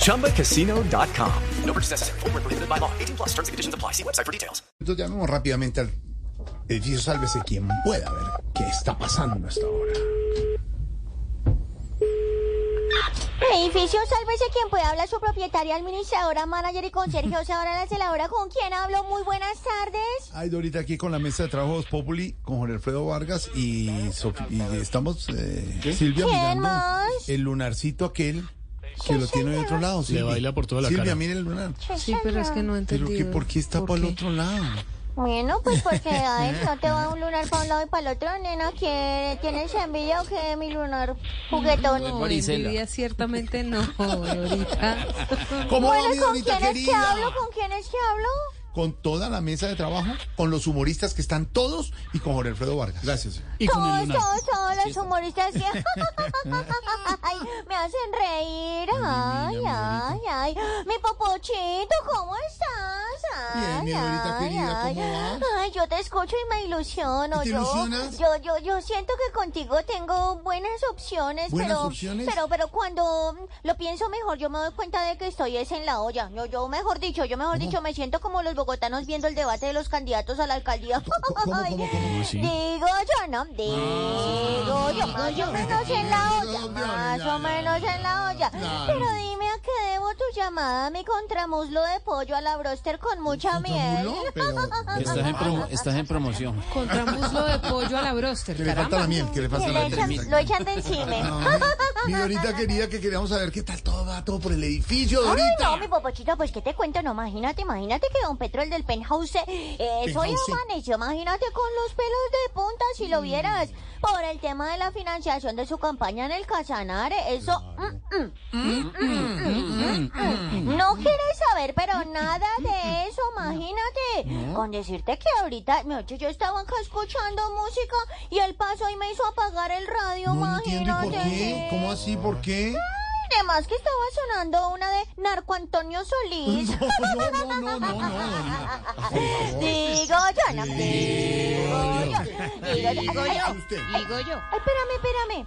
ChumbaCasino.com. No purchase necessary. Void where prohibited by law. 18 plus terms and conditions apply. See website for details. Entonces llamemos rápidamente al edificio Sálvese quien pueda a ver qué está pasando hasta ahora. Edificio, sálvese quien pueda hablar, su propietaria, administradora, manager y conserje, o sea, ahora la celadora, ¿con quién hablo? Muy buenas tardes. Ay, Dorita, aquí con la mesa de trabajo de Voz Populi, con Jorge Alfredo Vargas y, Sof- y estamos, eh, Silvia, ¿Quién mirando más? el lunarcito aquel que lo tiene de otro lado. Silvia. baila por toda la Silvia, cara. mire el lunar. Sí, pero es que no entendí. Pero que, ¿por qué está para el otro lado? Bueno, pues porque ay, no te va un lunar para un lado y para el otro, nena, que tienes envidia o qué, mi lunar juguetón. No, envidia ciertamente no, Dorita. ¿Cómo va, mi Bueno, Dorita ¿con quién es que querida? hablo? ¿Con quién es que hablo? Con toda la mesa de trabajo, con los humoristas que están todos y con Jorge Alfredo Vargas. Gracias. Y con el Todos, lunar. todos, todos los humoristas que... ay, me hacen reír, ay, ay, ay. Mi popochito, ¿cómo estás? Bien, Ay, mi abuelita ay, querida, ay. ¿cómo Ay, yo te escucho y me ilusiono. ¿Y te yo, ilusionas? Yo, yo, yo siento que contigo tengo buenas opciones, ¿Buenas pero, opciones? pero, pero cuando lo pienso mejor, yo me doy cuenta de que estoy es en la olla. Yo, yo mejor dicho, yo mejor dicho, me siento como los bogotanos viendo el debate de los candidatos a la alcaldía. cómo, cómo, cómo? Ah, Sí. Digo yo, no, digo yo, más o menos en la olla, más o menos en la olla. Pero dime a qué debo tu llamada, a mi contramuslo de pollo a la broster con mucha miel. ¿Contramuslo? Pero- Estás en, promo- estás en promoción. Contramuslo de pollo a la broster, Que le falta la caramba. miel, que le Que falta le la echan- miel. lo echan de encima. Ay, Ah, mi Dorita querida, que queríamos saber qué tal todo va, todo por el edificio, Ay, no, Dorita. mi popochito, pues qué te cuento, no, imagínate, imagínate que don Petro, el del penthouse, eh, eso hoy Penthouse. amaneció, imagínate con los pelos de punta, si Mm. lo vieras, por el tema de la financiación de su campaña en el Casanare, eso... mm, mm, mm, mm, mm, mm. No quieres saber, Mm, pero nada de eso, imagínate. Con decirte que ahorita, me yo estaba acá escuchando música y él pasó y me hizo apagar el radio, No imagínate. entiendo y por qué. ¿Cómo así? ¿Por qué? Además que estaba sonando una de Narco Antonio Solís. No, no, no, no, no, no, Dorita. Digo yo, no. Digo yo. Digo yo. Ay, Usted. ay, espérame, espérame.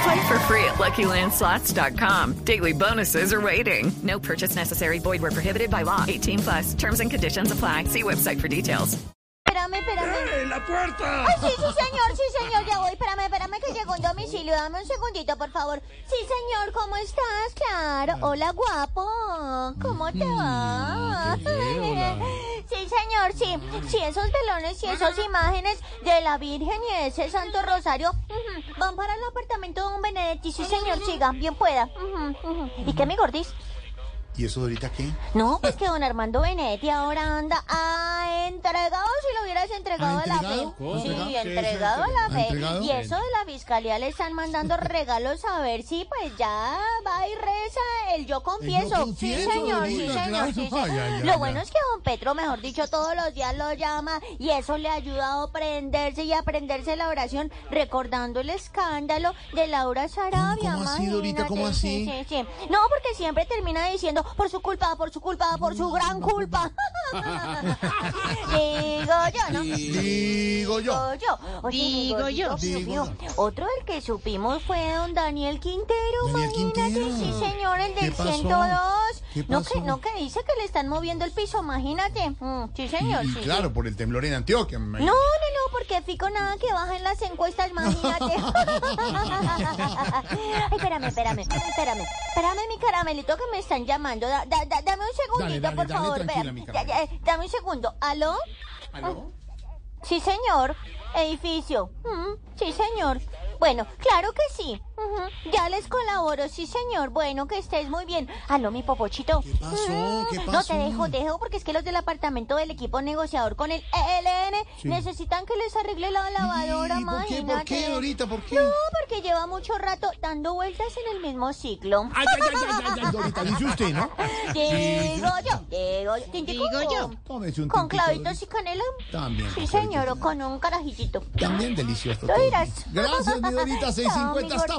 Play for free at LuckyLandSlots.com. Daily bonuses are waiting. No purchase necessary. Void were prohibited by law. 18 plus. Terms and conditions apply. See website for details. Espérame, espérame. ¡La puerta! Ay, sí, sí, señor, sí, señor, ya voy. Espérame, espérame que llegó un domicilio. Dame un segundito, por favor. Sí, señor, ¿cómo estás? Claro. Hola, guapo. ¿Cómo te va? Sí, señor, sí. Sí, esos velones y esas imágenes de la Virgen y ese Santo Rosario ujú, van para el apartamento de un Benedetti. Sí, señor, siga, bien pueda. Ujú, ujú. ¿Y qué, mi gordis? ¿Y eso, Dorita, qué? No, es que don Armando Benedetti ahora anda a entregado si lo hubieras entregado ¿Ah, a la entregado? fe. ¿Cómo? Sí, ¿Entregado? ¿Qué es entregado a la entregado? fe. ¿Entregado? Y eso de la fiscalía le están mandando regalos a ver si pues ya va y reza el yo confieso. confieso, sí, señor, sí, Dorita, claro. señor, sí, Ay, señor. ay, ay, Lo ay. bueno es que don Petro, mejor dicho, todos los días lo llama y eso le ha ayudado a aprenderse y a aprenderse la oración recordando el escándalo de Laura Sarabia. cómo así, Dorita? ¿Cómo imagínate. así? Sí, sí, Sí. No, porque siempre termina diciendo por su culpa, por su culpa, por su gran culpa. Digo yo, ¿no? Digo yo. Digo yo. Oye, mi Digo yo. gordito, Dios Digo mío. Otro del que supimos fue don Daniel Quintero. Daniel imagínate, Quintero. sí, señor, el ¿Qué del pasó? 102. ¿Qué No, pasó? que, no, que dice que le están moviendo el piso, imagínate. Mm, sí, señor, Y sí, sí. claro, por el temblor en Antioquia. me No, no, imagino. no, porque Fico nada que baja en las encuestas, imagínate. Ay, espérame, espérame, espérame. Espérame, mi caramelito, que me están llamando. Da- da- da- dame un segundito, dale, por dale, favor. tranquila, vea. mi Ya, caramelo. ya, dame un segundo. ¿Aló? ¿Aló? Sí, señor. Edificio. Mm, sí, señor. Bueno, claro que sí. Ujú, Ya les colaboro, sí, señor. Bueno, que estés muy bien. Aló, mi popochito. ¿Qué pasó? ¿Qué No, pasó? te dejo, te dejo, porque es que los del apartamento del equipo negociador con el ELN Sí. necesitan que les arregle la lavadora, ¿Y por qué, imagínate. por qué, Dorita, por qué? No, porque lleva mucho rato dando vueltas en el mismo ciclo. Ay, ay, ay, ay, ay, ay, Dorita, dice usted, ¿no? Digo yo, digo yo. ¿Tintico Digo yo. con- Tómese un ¿Con tintico, clavitos y canela? También. Sí, señor, o con un carajillito. También delicioso. Tú dirás. Gracias, mi Dorita. Chao, 650. mi